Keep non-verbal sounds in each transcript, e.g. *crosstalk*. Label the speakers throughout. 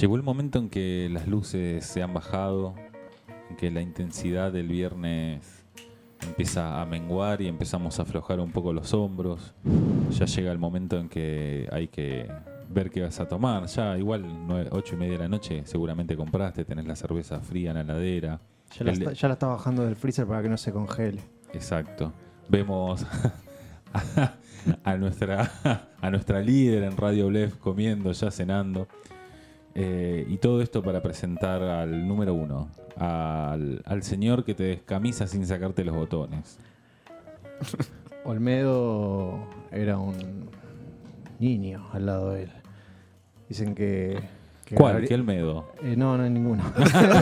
Speaker 1: Llegó el momento en que las luces se han bajado, en que la intensidad del viernes empieza a menguar y empezamos a aflojar un poco los hombros. Ya llega el momento en que hay que ver qué vas a tomar. Ya igual, 8 y media de la noche, seguramente compraste, tenés la cerveza fría en la heladera.
Speaker 2: Ya la,
Speaker 1: El-
Speaker 2: está, ya la está bajando del freezer para que no se congele.
Speaker 1: Exacto. Vemos *laughs* a, a nuestra, a nuestra líder en Radio Blef comiendo, ya cenando. Eh, y todo esto para presentar al número uno, al, al señor que te descamisa sin sacarte los botones.
Speaker 2: Olmedo era un niño al lado de él. Dicen que. que
Speaker 1: ¿Cuál?
Speaker 2: Gabri-
Speaker 1: ¿Qué Olmedo?
Speaker 2: Eh, no, no hay *laughs* ninguno.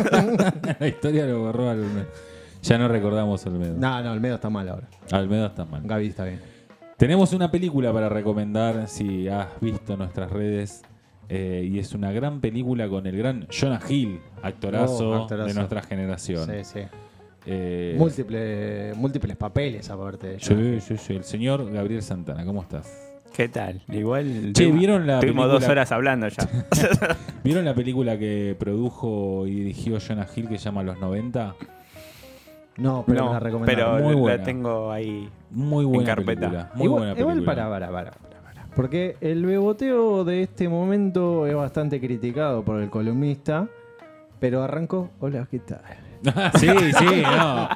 Speaker 1: *laughs* La historia lo borró al Olmedo. Ya no recordamos a Olmedo.
Speaker 2: no, no, Olmedo está mal ahora.
Speaker 1: Olmedo está mal.
Speaker 2: Gaby está bien.
Speaker 1: Tenemos una película para recomendar si has visto nuestras redes. eh, y es una gran película con el gran Jonah Hill, actorazo,
Speaker 2: Oh, actorazo.
Speaker 1: de nuestra generación.
Speaker 2: Sí, sí.
Speaker 1: Eh,
Speaker 2: Múltiple- múltiples papeles aparte de
Speaker 1: sí,
Speaker 2: ellos.
Speaker 1: sí, sí. El señor Gabriel Santana, ¿cómo estás?
Speaker 3: ¿Qué tal? Igual.
Speaker 1: Che,
Speaker 3: tuvimos-
Speaker 1: ¿vieron la película?
Speaker 3: Tuvimos dos horas hablando ya.
Speaker 1: ¿Vieron la película que produjo y dirigió Jonah Hill que se llama Los 90?
Speaker 2: No, *laughs* pero me la
Speaker 3: no,
Speaker 2: recomendaron.
Speaker 3: pero
Speaker 1: Muy buena.
Speaker 3: la tengo ahí.
Speaker 1: Muy buena
Speaker 3: carpeta.
Speaker 1: película. Muy
Speaker 2: igual,
Speaker 1: buena
Speaker 2: igual
Speaker 1: película.
Speaker 2: para, para, para, para, para. Porque el beboteo de este momento es bastante criticado por el columnista, pero arrancó. Hola, ¿qué tal?
Speaker 1: *laughs* sí, sí, no.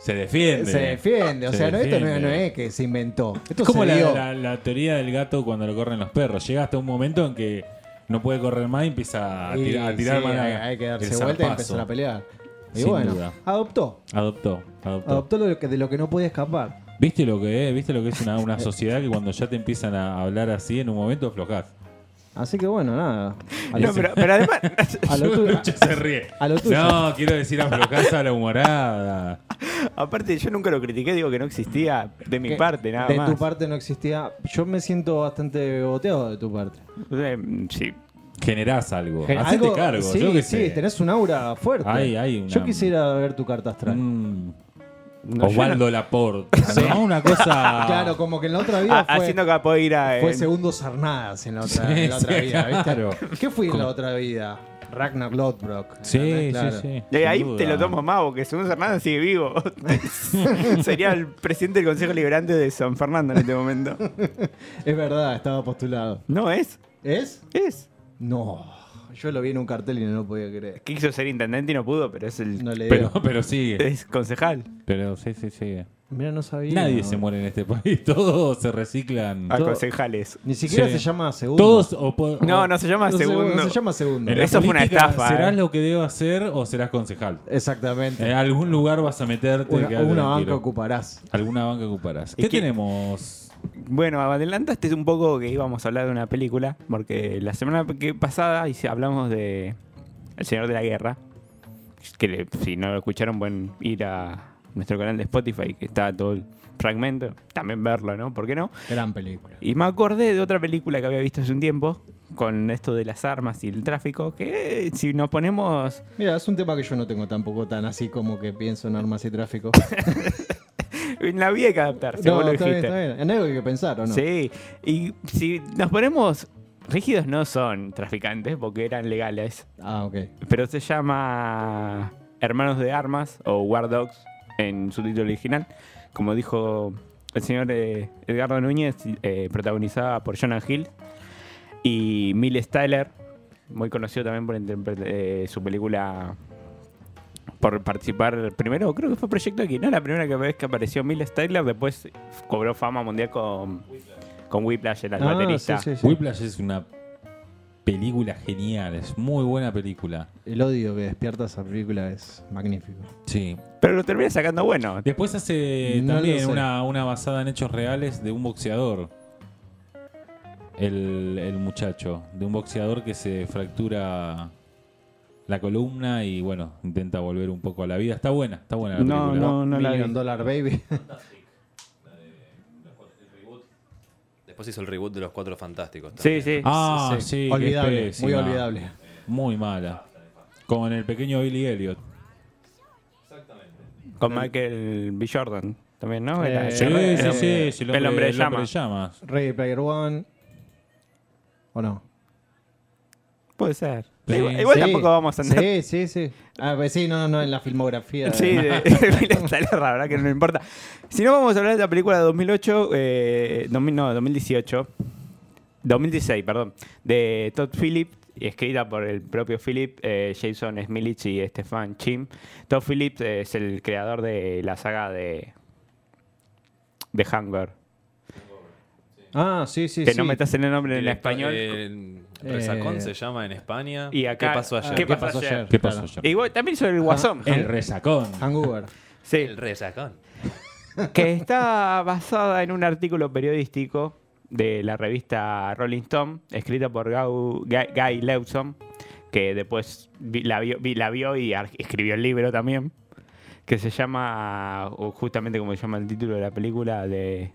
Speaker 1: Se defiende.
Speaker 2: Se defiende, o
Speaker 1: Se
Speaker 2: sea, no, esto no,
Speaker 1: defiende.
Speaker 2: no es que se inventó. Esto
Speaker 1: Es como
Speaker 2: se
Speaker 1: la,
Speaker 2: dio.
Speaker 1: la- la teoría del gato cuando lo corren los perros. Llega hasta un momento en que no puede correr más y empieza a,
Speaker 2: Y
Speaker 1: tira- a tirar
Speaker 2: sí,
Speaker 1: más la-
Speaker 2: hay, hay que
Speaker 1: el
Speaker 2: darse vuelta y
Speaker 1: zarpazo.
Speaker 2: empezar a pelear. Y
Speaker 1: Sin
Speaker 2: bueno,
Speaker 1: duda.
Speaker 2: adoptó.
Speaker 1: Adoptó, adoptó.
Speaker 2: Adoptó lo que, de lo que no podía escapar.
Speaker 1: ¿Viste lo que es? ¿Viste lo que es una, una sociedad que cuando ya te empiezan a hablar así, en un momento aflojás?
Speaker 2: Así que bueno, nada. A
Speaker 1: *laughs*
Speaker 3: No,
Speaker 2: lo-
Speaker 3: pero,
Speaker 2: *laughs*
Speaker 3: pero además. *laughs*
Speaker 2: a lo tuyo.
Speaker 1: Lucho se ríe.
Speaker 2: a lo tuyo.
Speaker 1: No, quiero decir aflojás a la humorada.
Speaker 3: aparte, yo nunca lo critiqué, digo que no existía de mi
Speaker 2: que
Speaker 3: parte, nada
Speaker 2: de
Speaker 3: más.
Speaker 2: tu parte no existía. Yo me siento bastante beboteado de tu parte.
Speaker 3: Eh, sí.
Speaker 1: Generás algo.
Speaker 2: Gen-
Speaker 1: Hacete
Speaker 2: algo-
Speaker 1: cargo.
Speaker 2: Sí,
Speaker 1: yo qué
Speaker 2: sí,
Speaker 1: sé.
Speaker 2: tenés un aura fuerte.
Speaker 1: Hay- hay una- Mm.
Speaker 2: Yo quisiera ver tu carta astral.
Speaker 1: Un
Speaker 3: No, yo
Speaker 1: Osvaldo Laporte. ¿no? Una cosa.
Speaker 2: *laughs* Claro, como que en la otra vida
Speaker 3: Ah,
Speaker 2: fue,
Speaker 3: Haciendo capoeira.
Speaker 2: fue
Speaker 3: en-
Speaker 2: segundo Sarnadas en la otra,
Speaker 1: Eh, Sí,
Speaker 2: en la otra
Speaker 1: sí,
Speaker 2: vida, ¿viste?
Speaker 1: claro.
Speaker 2: ¿Qué fui en la otra vida? Ragnar Lodbrok.
Speaker 1: Sí,
Speaker 2: ¿entendés? Claro.
Speaker 1: sí, sí.
Speaker 3: Y ahí
Speaker 1: sin
Speaker 3: te lo
Speaker 1: duda.
Speaker 3: tomo más, porque según Fernández
Speaker 2: *laughs*
Speaker 3: sigue vivo. *laughs* Sería el presidente del Consejo Liberante de San Fernando en
Speaker 2: *laughs*
Speaker 3: este momento.
Speaker 2: Es verdad, estaba postulado.
Speaker 3: No es,
Speaker 2: ¿Es?
Speaker 3: es.
Speaker 2: No. Yo lo vi en un cartel y no lo podía creer.
Speaker 3: Quiso ser intendente y no pudo, pero es el
Speaker 2: No le
Speaker 1: Pero,
Speaker 2: digo.
Speaker 1: pero sigue.
Speaker 3: es concejal.
Speaker 1: Pero sí, sí, sigue.
Speaker 2: Mira, no sabía.
Speaker 1: Nadie se muere en este país, *laughs* todos se reciclan.
Speaker 3: A
Speaker 2: Todo-
Speaker 3: Ah, concejales.
Speaker 2: Ni siquiera
Speaker 1: Sí.
Speaker 2: se llama segundo.
Speaker 1: Todos o po-
Speaker 3: No,
Speaker 1: o-
Speaker 3: no se llama
Speaker 2: No se-
Speaker 3: segundo.
Speaker 2: no se llama segundo.
Speaker 1: en la
Speaker 3: Eso fue una
Speaker 1: política,
Speaker 3: estafa,
Speaker 1: ¿Serás
Speaker 3: eh.
Speaker 1: lo que debo hacer o serás concejal?
Speaker 2: Exactamente.
Speaker 1: En algún lugar vas a meterte.
Speaker 2: una
Speaker 1: quedate
Speaker 2: una banca
Speaker 1: tranquilo.
Speaker 2: ocuparás.
Speaker 1: Alguna banca ocuparás.
Speaker 3: ¿Y
Speaker 1: ¿Qué
Speaker 3: qué-
Speaker 1: tenemos?
Speaker 3: Bueno, adelantaste un poco que íbamos a hablar de una película, porque la semana que- pasada hice- hablamos de El Señor de la Guerra, que le- si no lo escucharon pueden ir a nuestro canal de Spotify, que está todo el fragmento, también verlo, ¿no? ¿Por qué no?
Speaker 2: Gran película.
Speaker 3: Y me acordé de otra película que había visto hace un tiempo, con esto de las armas y el tráfico, que eh, si nos ponemos...
Speaker 2: Mira, es un tema que yo no tengo tampoco tan así como que pienso en armas
Speaker 1: *laughs*
Speaker 2: y tráfico.
Speaker 3: En la vida hay que adaptarse, vos
Speaker 2: no,
Speaker 3: lo
Speaker 2: está bien,
Speaker 3: dijiste.
Speaker 2: está bien. En algo hay que pensar, ¿o no?
Speaker 3: Sí, y si nos ponemos... Rígidos no son traficantes porque eran legales.
Speaker 2: Ah, ok.
Speaker 3: pero se llama Hermanos de Armas o War Dogs en su título original. Como dijo el señor eh, Edgardo Núñez, eh, protagonizada por Jonah Hill y Miles Tyler, muy conocido también por interpre- eh, su película. Por participar primero, creo que fue Proyecto Equino, la primera que- vez que apareció Miles Tyler, después cobró fama mundial con, con Whiplash, el
Speaker 2: Ah,
Speaker 3: baterista.
Speaker 2: sí, sí, sí.
Speaker 1: Whiplash es una película genial, es muy buena película.
Speaker 2: El odio que despierta esa película es magnífico.
Speaker 1: Sí.
Speaker 3: Pero lo termina sacando bueno.
Speaker 1: Después hace
Speaker 2: No lo sé.
Speaker 1: también una, una basada en hechos reales de un boxeador. El, el muchacho. De un boxeador que se fractura la columna y bueno, intenta volver un poco a la vida. Está buena, está buena la
Speaker 3: No,
Speaker 1: película.
Speaker 3: no, no la vi.
Speaker 2: Million Dollar Baby.
Speaker 4: Después hizo el reboot de Los Cuatro Fantásticos.
Speaker 3: Sí,
Speaker 4: también.
Speaker 3: sí.
Speaker 2: *laughs*
Speaker 1: Ah, sí. qué
Speaker 2: olvidable, muy
Speaker 1: pésima.
Speaker 2: olvidable.
Speaker 1: Muy mala. Con el pequeño Billy Elliot.
Speaker 3: Con Michael B. Jordan también, ¿no? Era-
Speaker 2: Eh,
Speaker 1: Sí,
Speaker 3: era-
Speaker 1: sí,
Speaker 3: era-
Speaker 1: sí, sí,
Speaker 3: el hombre de
Speaker 1: el hombre
Speaker 3: llama.
Speaker 1: llamas.
Speaker 2: Ready Player One. ¿O no?
Speaker 3: Puede ser. Igual, igual
Speaker 2: Sí,
Speaker 3: tampoco vamos a andar.
Speaker 2: Sí, sí, sí. Ah, pues sí, no, no, no, en la filmografía.
Speaker 3: *laughs* Sí,
Speaker 2: de-
Speaker 3: de, de Interstellar, la verdad que no importa. Si no, vamos a hablar de la película de 2008, eh, 2000 no, 2018, 2016, perdón, de Todd Phillips, escrita por el propio Phillips, eh, Jason Smilich y Stefan Chim. Todd Phillips eh, es el creador de la saga de, de Hunger.
Speaker 2: *laughs* Ah, sí, sí,
Speaker 3: que
Speaker 2: sí.
Speaker 3: no metas en el nombre en
Speaker 4: El
Speaker 3: español.
Speaker 4: el Resacón
Speaker 2: Eh,
Speaker 4: se llama en España.
Speaker 3: Y acá-
Speaker 4: ¿Qué pasó ayer?
Speaker 2: Ah,
Speaker 3: ¿Qué pasó ayer?
Speaker 1: ¿Qué pasó
Speaker 2: Claro.
Speaker 1: ayer?
Speaker 3: Y bueno, también sobre el Guasón.
Speaker 1: El resacón.
Speaker 2: Hangover.
Speaker 3: Sí.
Speaker 4: El Resacón.
Speaker 3: *laughs* que está basada en un artículo periodístico de la revista Rolling Stone, escrita por Gau- Guy, Guy Lewson, que después vi- la, vio, vi- la vio y ar- escribió el libro también, que se llama, o justamente como se llama el título de la película, de,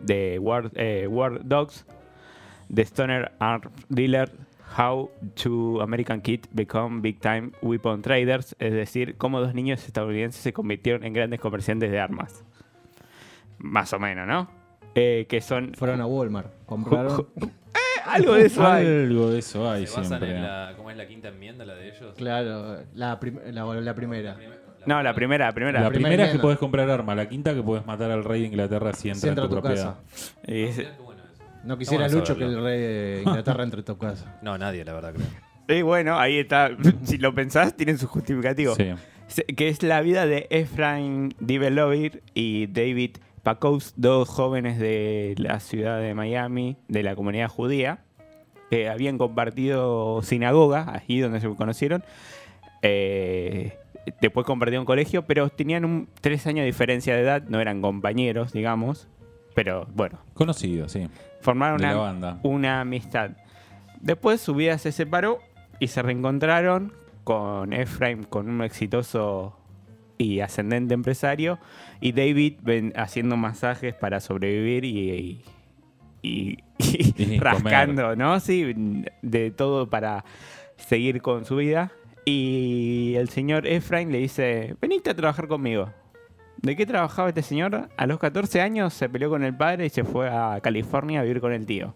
Speaker 3: de War, eh, War Dogs, The Stoner Arms Dealer, How Two American Kids Become Big Time Weapon Traders, es decir, cómo dos niños estadounidenses se convirtieron en grandes comerciantes de armas. Más o menos, ¿no? Eh, que son...
Speaker 2: Fueron a Walmart. Compraron.
Speaker 3: *laughs* Algo de eso hay.
Speaker 1: Algo de eso hay
Speaker 4: se basan
Speaker 1: siempre.
Speaker 4: en la. ¿Cómo es la quinta enmienda, la de ellos?
Speaker 2: *laughs* Claro, la, prim- la, la primera.
Speaker 3: No, la primera, la primera.
Speaker 1: La
Speaker 2: primera
Speaker 1: primera es que
Speaker 2: enmienda.
Speaker 1: podés comprar arma, la quinta que podés matar al rey de Inglaterra si entra,
Speaker 2: Si entra
Speaker 1: en tu,
Speaker 2: a tu
Speaker 1: propiedad.
Speaker 2: casa.
Speaker 3: Y es-
Speaker 4: Qué bueno eso.
Speaker 2: No quisiera
Speaker 4: Vamos a
Speaker 2: Lucho que
Speaker 4: saberlo.
Speaker 2: el rey de Inglaterra entre a tu casa.
Speaker 4: No, nadie, la verdad, creo.
Speaker 3: y bueno, ahí está. Si lo pensás, tienen su justificativo.
Speaker 1: Sí.
Speaker 3: Se- Que es la vida de Efraim Dibelovir y David Pacos, dos jóvenes de la ciudad de Miami, de la comunidad judía, que habían compartido sinagoga, allí donde se conocieron. Eh, después compartieron colegio, pero tenían un, tres años de diferencia de edad, no eran compañeros, digamos. Pero bueno,
Speaker 1: Conocido, sí.
Speaker 3: formaron
Speaker 1: De la
Speaker 3: una, Uh.
Speaker 1: banda.
Speaker 3: una amistad. Después su vida se separó y se reencontraron con Efraim, con un exitoso y ascendente empresario, y David ven- haciendo masajes para sobrevivir y, y- *laughs* y-
Speaker 1: Y
Speaker 3: rascando, ¿no? Sí, de todo para seguir con su vida. Y el señor Efraim le dice, veniste a trabajar conmigo. ¿De qué trabajaba este señor? A los 14 años se peleó con el padre y se fue a California a vivir con el tío.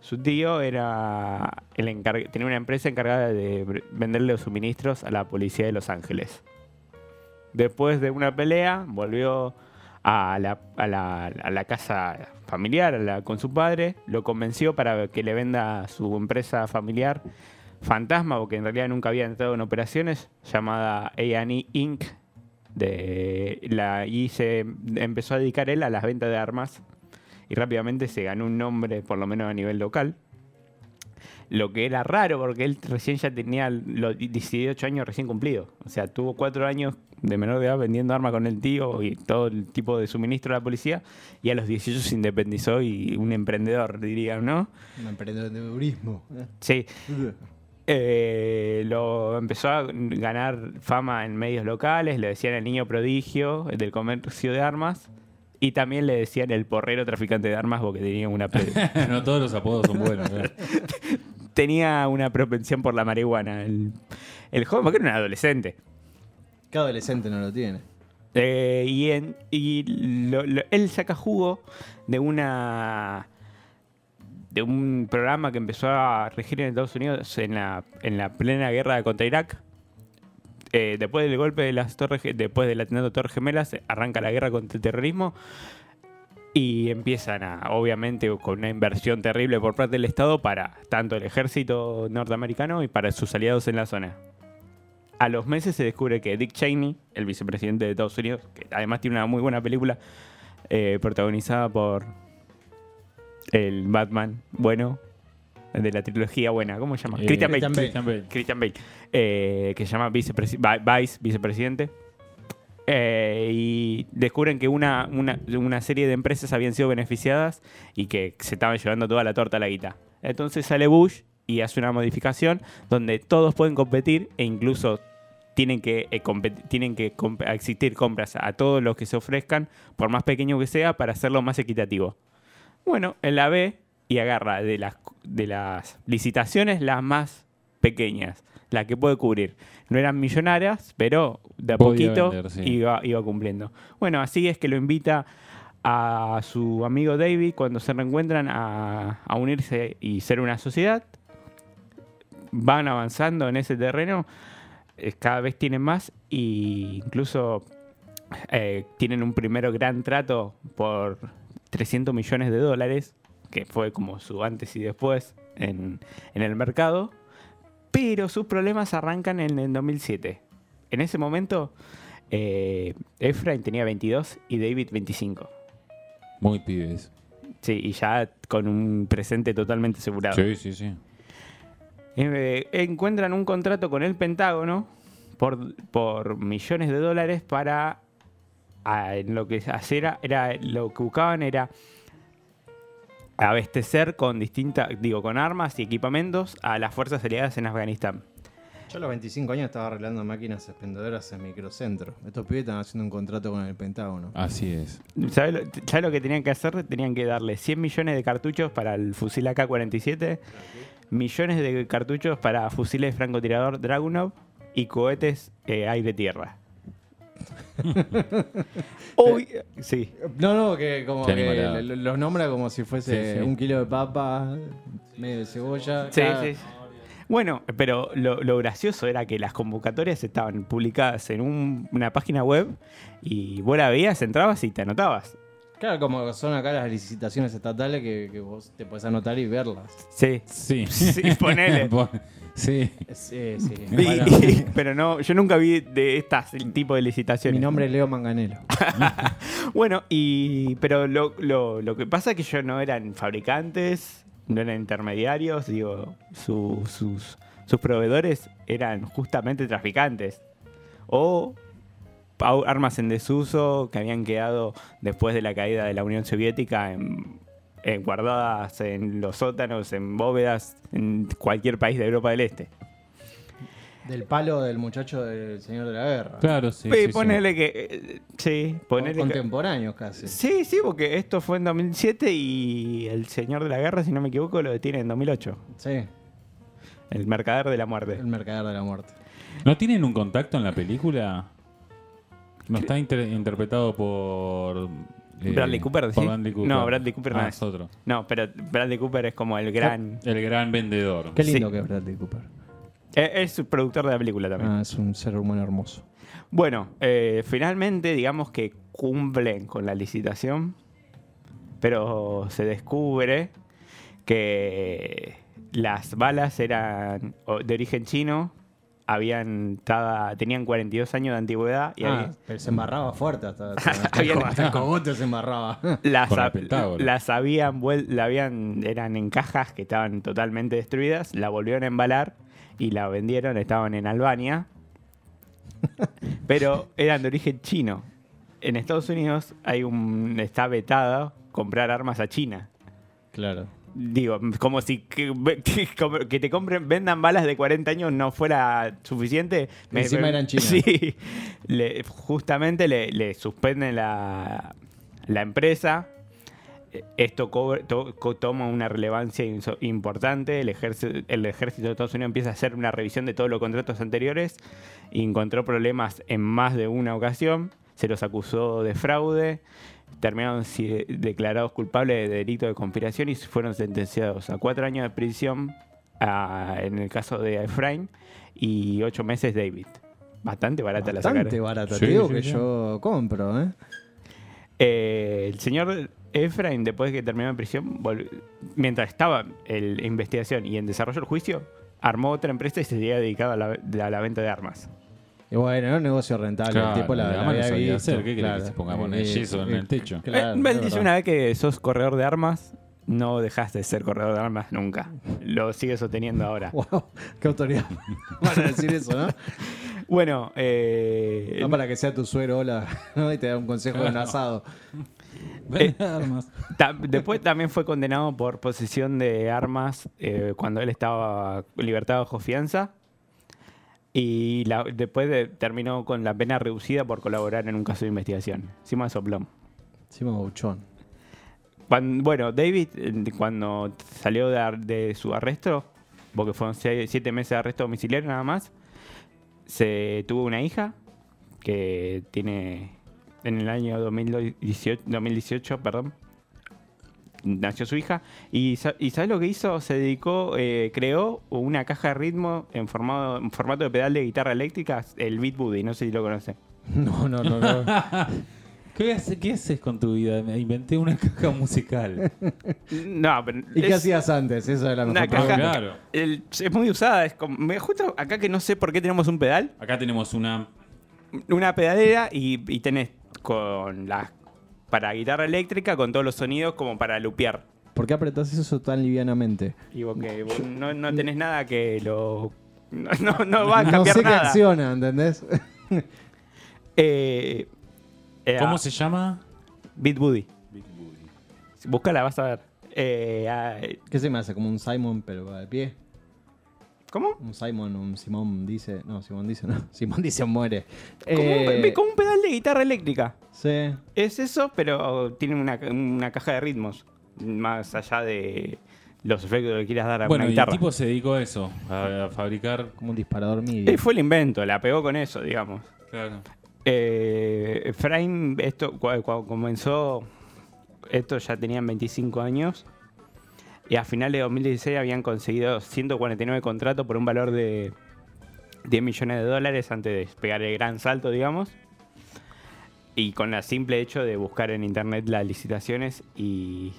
Speaker 3: Su tío era el encarg- tenía una empresa encargada de br- venderle los suministros a la policía de Los Ángeles. Después de una pelea, volvió a la, a la- a la casa familiar a la- con su padre. Lo convenció para que le venda su empresa familiar fantasma, porque en realidad nunca había entrado en operaciones, llamada A&E Inc. De la, y se empezó a dedicar él a las ventas de armas y rápidamente se ganó un nombre, por lo menos a nivel local. Lo que era raro porque él recién ya tenía los 18 años recién cumplidos. O sea, tuvo cuatro años de menor de edad vendiendo armas con el tío y todo el tipo de suministro de la policía. Y a los 18 se independizó y un emprendedor, dirían, ¿no?
Speaker 1: *laughs*
Speaker 2: Un emprendedurismo.
Speaker 3: Sí. Eh, lo empezó a ganar fama en medios locales, le decían el niño prodigio el del comercio de armas y también le decían el porrero traficante de armas porque tenía una, pre-
Speaker 1: *laughs* no todos los apodos son buenos.
Speaker 3: *laughs*
Speaker 1: ¿eh?
Speaker 3: tenía una propensión por la marihuana. El, el joven, porque era un adolescente.
Speaker 2: Qué adolescente no lo tiene.
Speaker 3: Eh, y en- y lo- lo- él saca jugo de una de un programa que empezó a regir en Estados Unidos en la, en la plena guerra contra Irak. Eh, después del golpe de las torres, Ge- después del atentado de Torres Gemelas, arranca la guerra contra el terrorismo y empiezan a, obviamente, con una inversión terrible por parte del Estado para tanto el ejército norteamericano y para sus aliados en la zona. A los meses se descubre que Dick Cheney, el vicepresidente de Estados Unidos, que además tiene una muy buena película eh, protagonizada por el Batman bueno, de la trilogía buena, ¿cómo se llama?
Speaker 1: Eh,
Speaker 3: Christian Bale.
Speaker 2: Christian Bale.
Speaker 1: Christian Bale.
Speaker 3: Christian Bale, eh, que se llama vicepresi- Vi- Vice vicepresidente. Eh, y descubren que una, una, una serie de empresas habían sido beneficiadas y que se estaban llevando toda la torta a la guita. Entonces sale Bush y hace una modificación donde todos pueden competir e incluso tienen que, eh, compet- tienen que comp- existir compras a todos los que se ofrezcan, por más pequeño que sea, para hacerlo más equitativo. Bueno, él la ve y agarra de las, de las licitaciones las más pequeñas, las que puede cubrir. No eran millonarias, pero de a
Speaker 1: Podía
Speaker 3: poquito
Speaker 1: vender, sí.
Speaker 3: iba, iba cumpliendo. Bueno, así es que lo invita a su amigo David cuando se reencuentran a, a unirse y ser una sociedad. van avanzando en ese terreno, eh, cada vez tienen más e incluso eh, tienen un primero gran trato por 300 millones de dólares, que fue como su antes y después en, en el mercado, pero sus problemas arrancan en el 2007. En ese momento, eh, Efraín tenía 22 y David 25.
Speaker 1: Muy pibes.
Speaker 3: Sí, y ya con un presente totalmente asegurado.
Speaker 1: Sí, sí, sí.
Speaker 3: Eh, encuentran un contrato con el Pentágono por, por millones de dólares para a- en lo que hacer a- era lo que buscaban era abastecer con distintas digo con armas y equipamientos a las fuerzas aliadas en Afganistán.
Speaker 2: Yo a los 25 años estaba arreglando máquinas expendedoras en microcentro. Estos pibes están haciendo un contrato con el Pentágono.
Speaker 1: Así es.
Speaker 3: ¿Sabes lo, sabés lo que tenían que hacer? Tenían que darle 100 millones de cartuchos para el fusil AK-47, millones de cartuchos para fusiles francotirador Dragunov y cohetes eh, aire-tierra. Obvio- sí,
Speaker 2: No, no, que como
Speaker 1: Qué
Speaker 2: que
Speaker 1: animalada.
Speaker 2: lo- los nombra como si fuese
Speaker 1: Sí, sí.
Speaker 2: un kilo de papa, medio de cebolla.
Speaker 3: sí,
Speaker 2: cada-
Speaker 3: sí. Bueno, pero lo, lo gracioso era que las convocatorias estaban publicadas en un- una página web y vos la veías, entrabas y te anotabas.
Speaker 2: Claro, como son acá las licitaciones estatales que, que vos te podés anotar y verlas.
Speaker 3: Sí.
Speaker 1: Sí. *laughs*
Speaker 3: Sí, ponele.
Speaker 1: Pon- sí.
Speaker 2: eh, Sí,
Speaker 1: *laughs*
Speaker 2: sí.
Speaker 3: Y- y- *laughs* pero no, yo nunca vi de estas el tipo de licitaciones.
Speaker 2: Mi nombre es Leo Manganelo.
Speaker 3: Bueno, y pero lo, lo- lo que pasa es que ellos no eran fabricantes, no eran intermediarios, digo, su- sus, sus proveedores eran justamente traficantes o pau- armas en desuso que habían quedado después de la caída de la Unión Soviética en- en guardadas en los sótanos, en bóvedas, en cualquier país de Europa del Este.
Speaker 2: Del palo del muchacho del señor de la guerra.
Speaker 1: Claro, sí.
Speaker 3: Sí,
Speaker 1: sí, sí.
Speaker 3: ponele que. eh, Sí, ponele que-
Speaker 2: Contemporáneos casi.
Speaker 3: Sí, sí, porque esto fue en 2007 y el señor de la guerra, si no me equivoco, lo detiene en 2008.
Speaker 2: Sí,
Speaker 3: El mercader de la muerte.
Speaker 2: el mercader de la muerte.
Speaker 1: ¿No tienen un contacto en la película? No está inter- interpretado por. eh,
Speaker 3: Bradley Cooper,
Speaker 1: por
Speaker 3: ¿sí?
Speaker 1: Bradley Cooper.
Speaker 3: No, Bradley Cooper
Speaker 1: Ah,
Speaker 3: no
Speaker 1: es
Speaker 3: es.
Speaker 1: otro.
Speaker 3: No, pero Bradley Cooper es como el gran.
Speaker 1: El gran vendedor.
Speaker 2: Qué lindo
Speaker 3: Sí.
Speaker 2: que es Bradley Cooper.
Speaker 3: e- Es productor de la película también.
Speaker 2: Ah, es un ser humano hermoso.
Speaker 3: Bueno, eh, finalmente, digamos que cumplen con la licitación, pero se descubre que las balas eran o- de origen chino, habían estaba- tenían 42 años de antigüedad y
Speaker 2: ah,
Speaker 3: había-
Speaker 2: pero se embarraba fuerte hasta,
Speaker 3: *laughs*
Speaker 2: hasta,
Speaker 3: Había-
Speaker 2: hasta el cogote se
Speaker 3: *laughs*
Speaker 2: embarraba.
Speaker 3: las,
Speaker 1: Con el
Speaker 3: ha-
Speaker 1: Pentágono.
Speaker 3: las habían, vuel- la habían eran en cajas que estaban totalmente destruidas, la volvieron a embalar y la vendieron, estaban en Albania, pero eran de origen chino. En Estados Unidos hay un está vetado comprar armas a China.
Speaker 2: claro.
Speaker 3: Digo, como si *laughs* que, como que te compren, vendan balas de 40 años no fuera suficiente.
Speaker 2: Encima
Speaker 3: *laughs*
Speaker 2: eran chinas.
Speaker 3: Sí. Le- justamente le, le suspenden la, la empresa. Esto cobre- to- co- toma una relevancia inso- importante. El ejército, el ejército de Estados Unidos empieza a hacer una revisión de todos los contratos anteriores y encontró problemas en más de una ocasión. Se los acusó de fraude terminaron si- declarados culpables de delito de conspiración y fueron sentenciados a cuatro años de prisión ah, en el caso de Efraín y ocho meses David. Bastante barata la
Speaker 2: Bastante
Speaker 3: sacaron.
Speaker 2: barata.
Speaker 1: Sí,
Speaker 2: Te digo
Speaker 1: sí,
Speaker 2: que
Speaker 1: sí.
Speaker 2: yo compro, ¿eh?
Speaker 3: Eh, el señor Efraín, después de que terminó en prisión, vol- mientras estaba en la investigación y en desarrollo del juicio, armó otra empresa y se había dedicado a la, a la venta de armas.
Speaker 2: Y bueno, era un negocio rentable.
Speaker 1: Claro,
Speaker 2: el tipo la,
Speaker 1: la
Speaker 2: la
Speaker 1: mano
Speaker 2: había
Speaker 1: sabía
Speaker 2: visto, Eh,
Speaker 1: hacer, ¿qué querés que se ponga a poner yeso en el techo?
Speaker 3: *laughs*
Speaker 2: claro,
Speaker 3: Mel
Speaker 2: es
Speaker 3: Eh, dice
Speaker 2: verdad.
Speaker 3: una vez que sos corredor de armas, no dejaste de ser corredor de armas nunca. Lo sigue sosteniendo ahora.
Speaker 2: Wow,
Speaker 1: *laughs*
Speaker 2: qué autoridad para decir eso,
Speaker 3: *laughs*
Speaker 2: ¿no?
Speaker 3: Bueno, eh,
Speaker 2: No para que sea tu suero, hola, *laughs* ¿no? y te da un consejo de un asado.
Speaker 3: Eh,
Speaker 1: Vende armas.
Speaker 3: ta- después también fue condenado por posesión de armas eh, cuando él estaba libertado bajo fianza. Y la- después de- terminó con la pena reducida por colaborar en un caso de investigación. Simón Soplón.
Speaker 2: Encima buchón.
Speaker 3: Cuan- bueno, David, eh, cuando salió de, ar- de su arresto, porque fueron se- siete meses de arresto domiciliario nada más, se tuvo una hija que tiene en el año 2018, 2018 perdón, nació su hija. Y, sa- y ¿sabes lo que hizo? Se dedicó, eh, creó una caja de ritmo en, formado, en formato de pedal de guitarra eléctrica, el Beat Buddy, no sé si lo conocen.
Speaker 2: *laughs* No, no, no. no.
Speaker 3: *laughs*
Speaker 1: ¿Qué, hace- qué haces con tu vida? Me inventé una *laughs* caja musical.
Speaker 3: No, pero
Speaker 2: ¿Y qué
Speaker 3: es-
Speaker 2: hacías antes? Esa era la
Speaker 3: Una
Speaker 2: mejor
Speaker 1: Ah,
Speaker 3: caja.
Speaker 2: pregunta.
Speaker 1: claro.
Speaker 3: el- es muy usada, es como- me- justo acá que no sé por qué tenemos un pedal,
Speaker 1: Acá tenemos una.
Speaker 3: una pedalera y, y tenés con las para guitarra eléctrica con todos los sonidos como para lupear.
Speaker 2: ¿Por qué apretás eso tan livianamente?
Speaker 3: Y vos que vos no, no tenés nada que lo. No, no, no va a cambiar
Speaker 2: No sé qué
Speaker 3: nada.
Speaker 2: acciona, ¿entendés?
Speaker 3: Eh, eh,
Speaker 1: ¿Cómo
Speaker 3: ah,
Speaker 1: se llama?
Speaker 3: Beat Buddy. Búscala, vas a ver. Eh, ah, eh,
Speaker 2: ¿Qué se me hace? ¿Como un Simon pero va de pie?
Speaker 3: ¿Cómo?
Speaker 2: Un Simon, un Simón dice... No, Simón dice no. *laughs* Simón dice muere.
Speaker 3: Como, un,
Speaker 2: Eh,
Speaker 3: pe- como un pedal de guitarra eléctrica.
Speaker 2: Sí.
Speaker 3: Es eso, pero tiene una, una caja de ritmos. Más allá de los efectos que quieras dar a
Speaker 1: Bueno, y
Speaker 3: una
Speaker 1: el
Speaker 3: guitarra.
Speaker 1: tipo se dedicó a eso, a, a fabricar.
Speaker 2: Como un disparador MIDI.
Speaker 3: Eh, fue el invento, la pegó con eso, digamos.
Speaker 1: Claro.
Speaker 3: Eh, Efraín, esto, cuando, comenzó, esto ya tenían 25 años. Y a finales de 2016 habían conseguido 149 contratos por un valor de 10 millones de dólares antes de pegar el gran salto, digamos. Y con el simple hecho de buscar en internet las licitaciones y,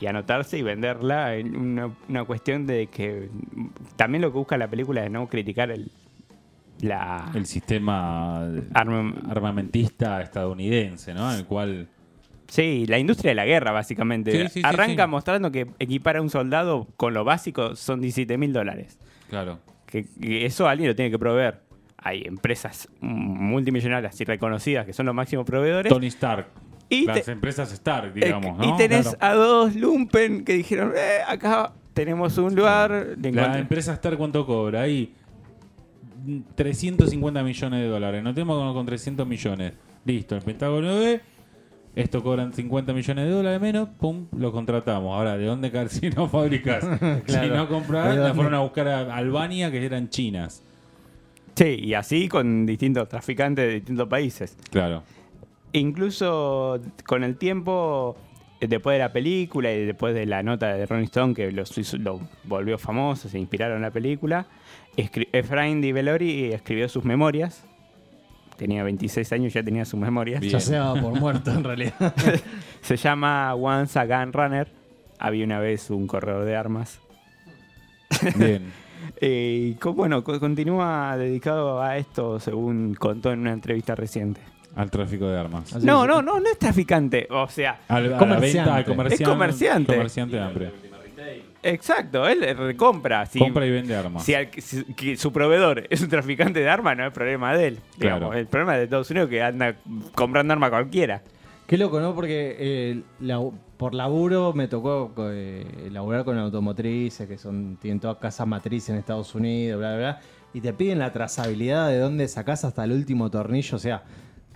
Speaker 3: y anotarse y venderla, en una, una cuestión de que también lo que busca la película es no criticar el, la,
Speaker 1: El sistema
Speaker 3: arma-
Speaker 1: armamentista estadounidense, ¿no? En el cual.
Speaker 3: Sí, la industria de la guerra, básicamente.
Speaker 1: Sí, sí, sí,
Speaker 3: Arranca
Speaker 1: sí.
Speaker 3: mostrando que equipar a un soldado con lo básico son 17 mil dólares.
Speaker 1: Claro.
Speaker 3: Que, que eso alguien lo tiene que proveer. Hay empresas multimillonarias y reconocidas que son los máximos proveedores.
Speaker 1: Tony Stark.
Speaker 3: Y
Speaker 1: Las
Speaker 3: te-
Speaker 1: empresas Stark,
Speaker 3: Eh,
Speaker 1: digamos,
Speaker 3: y
Speaker 1: ¿no?
Speaker 3: tenés
Speaker 1: Claro.
Speaker 3: a dos lumpen que dijeron, "Eh, acá tenemos un lugar. de
Speaker 1: La
Speaker 3: encuentro".
Speaker 1: empresa Star cuánto cobra ahí 350 millones de dólares. No tenemos con, con 300 millones. Listo, el Pentágono ve. Esto cobran 50 millones de dólares menos, pum, lo contratamos. Ahora, ¿de dónde car- *laughs* si no
Speaker 2: *laughs*
Speaker 1: fabricas? Si
Speaker 2: Claro.
Speaker 1: no compras,
Speaker 2: ¿De
Speaker 1: la
Speaker 2: dónde?
Speaker 1: fueron a buscar a Albania, que eran chinas.
Speaker 3: Sí, y así con distintos traficantes de distintos países.
Speaker 1: Claro.
Speaker 3: incluso con el tiempo, eh, después de la película y después de la nota de Rolling Stone que los hizo- lo, volvió famoso, se inspiraron en la película, escri- Efraín Di Bellori escribió sus memorias. Tenía 26 años, ya tenía sus memorias.
Speaker 1: Bien.
Speaker 2: Ya se daba por muerto en
Speaker 3: *laughs*
Speaker 2: realidad.
Speaker 3: Se llama Once a Gun Runner. Había una vez un corredor de armas.
Speaker 1: *laughs* Bien.
Speaker 3: Eh, y co- bueno, co- continúa dedicado a esto, según contó en una entrevista reciente.
Speaker 1: Al tráfico de armas.
Speaker 2: Así
Speaker 3: No,
Speaker 2: es.
Speaker 3: no, no, no es traficante. O sea,
Speaker 1: Al, a la
Speaker 2: Comerciante.
Speaker 1: venta, al
Speaker 3: Es comerciante.
Speaker 1: Comerciante de hambre.
Speaker 3: exacto, él recompra. si-
Speaker 1: Compra y vende armas.
Speaker 3: Si, al- si- que su proveedor es un traficante de armas, no es problema de él.
Speaker 1: Claro.
Speaker 3: Digamos, El problema es de Estados Unidos que anda comprando armas cualquiera.
Speaker 2: Qué loco, ¿no? Porque eh, labu- por laburo me tocó eh, laburar con automotrices, que son tienen toda casa matriz en Estados Unidos, bla, bla, bla. Y te piden la trazabilidad de dónde sacás hasta el último tornillo. O sea,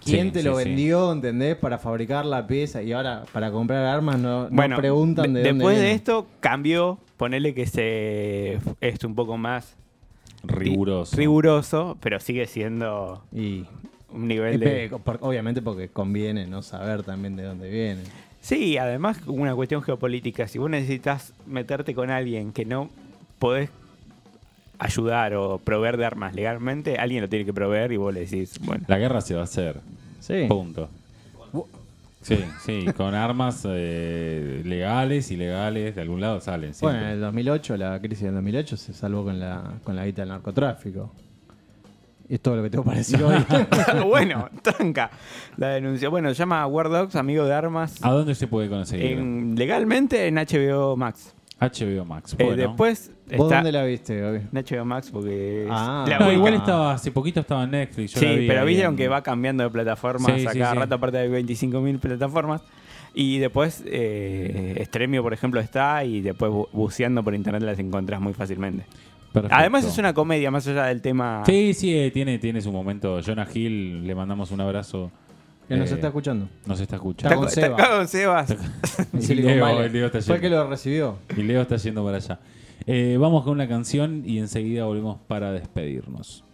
Speaker 2: ¿quién
Speaker 1: Sí,
Speaker 2: te
Speaker 1: sí,
Speaker 2: lo
Speaker 1: sí.
Speaker 2: vendió, entendés? Para fabricar la pieza. Y ahora, para comprar armas, no, no
Speaker 3: Bueno,
Speaker 2: preguntan de,
Speaker 3: de-
Speaker 2: dónde
Speaker 3: después de
Speaker 2: viene.
Speaker 3: esto cambió, ponerle que se es un poco más ri-
Speaker 1: Riguroso.
Speaker 3: riguroso, pero sigue siendo
Speaker 2: Y,
Speaker 3: un nivel
Speaker 2: eh,
Speaker 3: de...
Speaker 2: por- obviamente porque conviene no saber también de dónde viene.
Speaker 3: Sí, además una cuestión geopolítica. Si vos necesitas meterte con alguien que no podés ayudar o proveer de armas legalmente, alguien lo tiene que proveer y vos le decís, bueno,
Speaker 1: La guerra se va a hacer.
Speaker 2: Sí.
Speaker 1: Punto. Sí, sí, con armas eh, legales, ilegales, de algún lado salen.
Speaker 2: Bueno,
Speaker 1: siempre.
Speaker 2: en el 2008, la crisis del 2008 se salvó con la, con la guita del narcotráfico. Y es todo lo que tengo para
Speaker 1: *laughs*
Speaker 2: decir hoy.
Speaker 3: *laughs* bueno, tranca. La denuncia. Bueno, se llama War Dogs, amigo de armas.
Speaker 1: ¿A dónde se puede conseguir?
Speaker 3: En- legalmente en HBO Max.
Speaker 1: HBO Max.
Speaker 3: Eh,
Speaker 1: Bueno.
Speaker 3: después
Speaker 2: ¿Vos
Speaker 3: está
Speaker 2: dónde la viste, Gaby?
Speaker 3: en HBO Max porque es
Speaker 2: Ah.
Speaker 1: No,
Speaker 3: única.
Speaker 1: igual estaba, hace poquito estaba en Netflix. yo la
Speaker 3: Sí,
Speaker 1: vi
Speaker 3: pero
Speaker 1: ahí
Speaker 3: vieron
Speaker 1: en-
Speaker 3: que va cambiando de plataformas
Speaker 1: Sí,
Speaker 3: a
Speaker 1: sí,
Speaker 3: cada
Speaker 1: sí.
Speaker 3: rato, aparte de 25.000 plataformas. Y después, eh, Estremio, por ejemplo, está y después bu- buceando por internet las encontrás muy fácilmente.
Speaker 1: Perfecto.
Speaker 3: Además es una comedia, más allá del tema...
Speaker 1: Sí, sí, eh, tiene, tiene su momento. Jonah Hill, le mandamos un abrazo.
Speaker 2: Que nos
Speaker 1: Eh,
Speaker 2: está
Speaker 1: *laughs*
Speaker 2: escuchando.
Speaker 1: Nos está
Speaker 2: Está
Speaker 3: Está
Speaker 1: escuchando.
Speaker 3: con,
Speaker 2: con
Speaker 3: está
Speaker 2: Seba.
Speaker 3: con Sebas.
Speaker 1: *laughs*
Speaker 2: En
Speaker 1: Y
Speaker 2: Silicon
Speaker 1: Leo,
Speaker 2: Valley.
Speaker 1: el Leo está
Speaker 2: Fue el que
Speaker 1: yendo.
Speaker 2: lo recibió.
Speaker 1: Y Leo está yendo para allá. Eh, vamos con una canción y enseguida volvemos para despedirnos.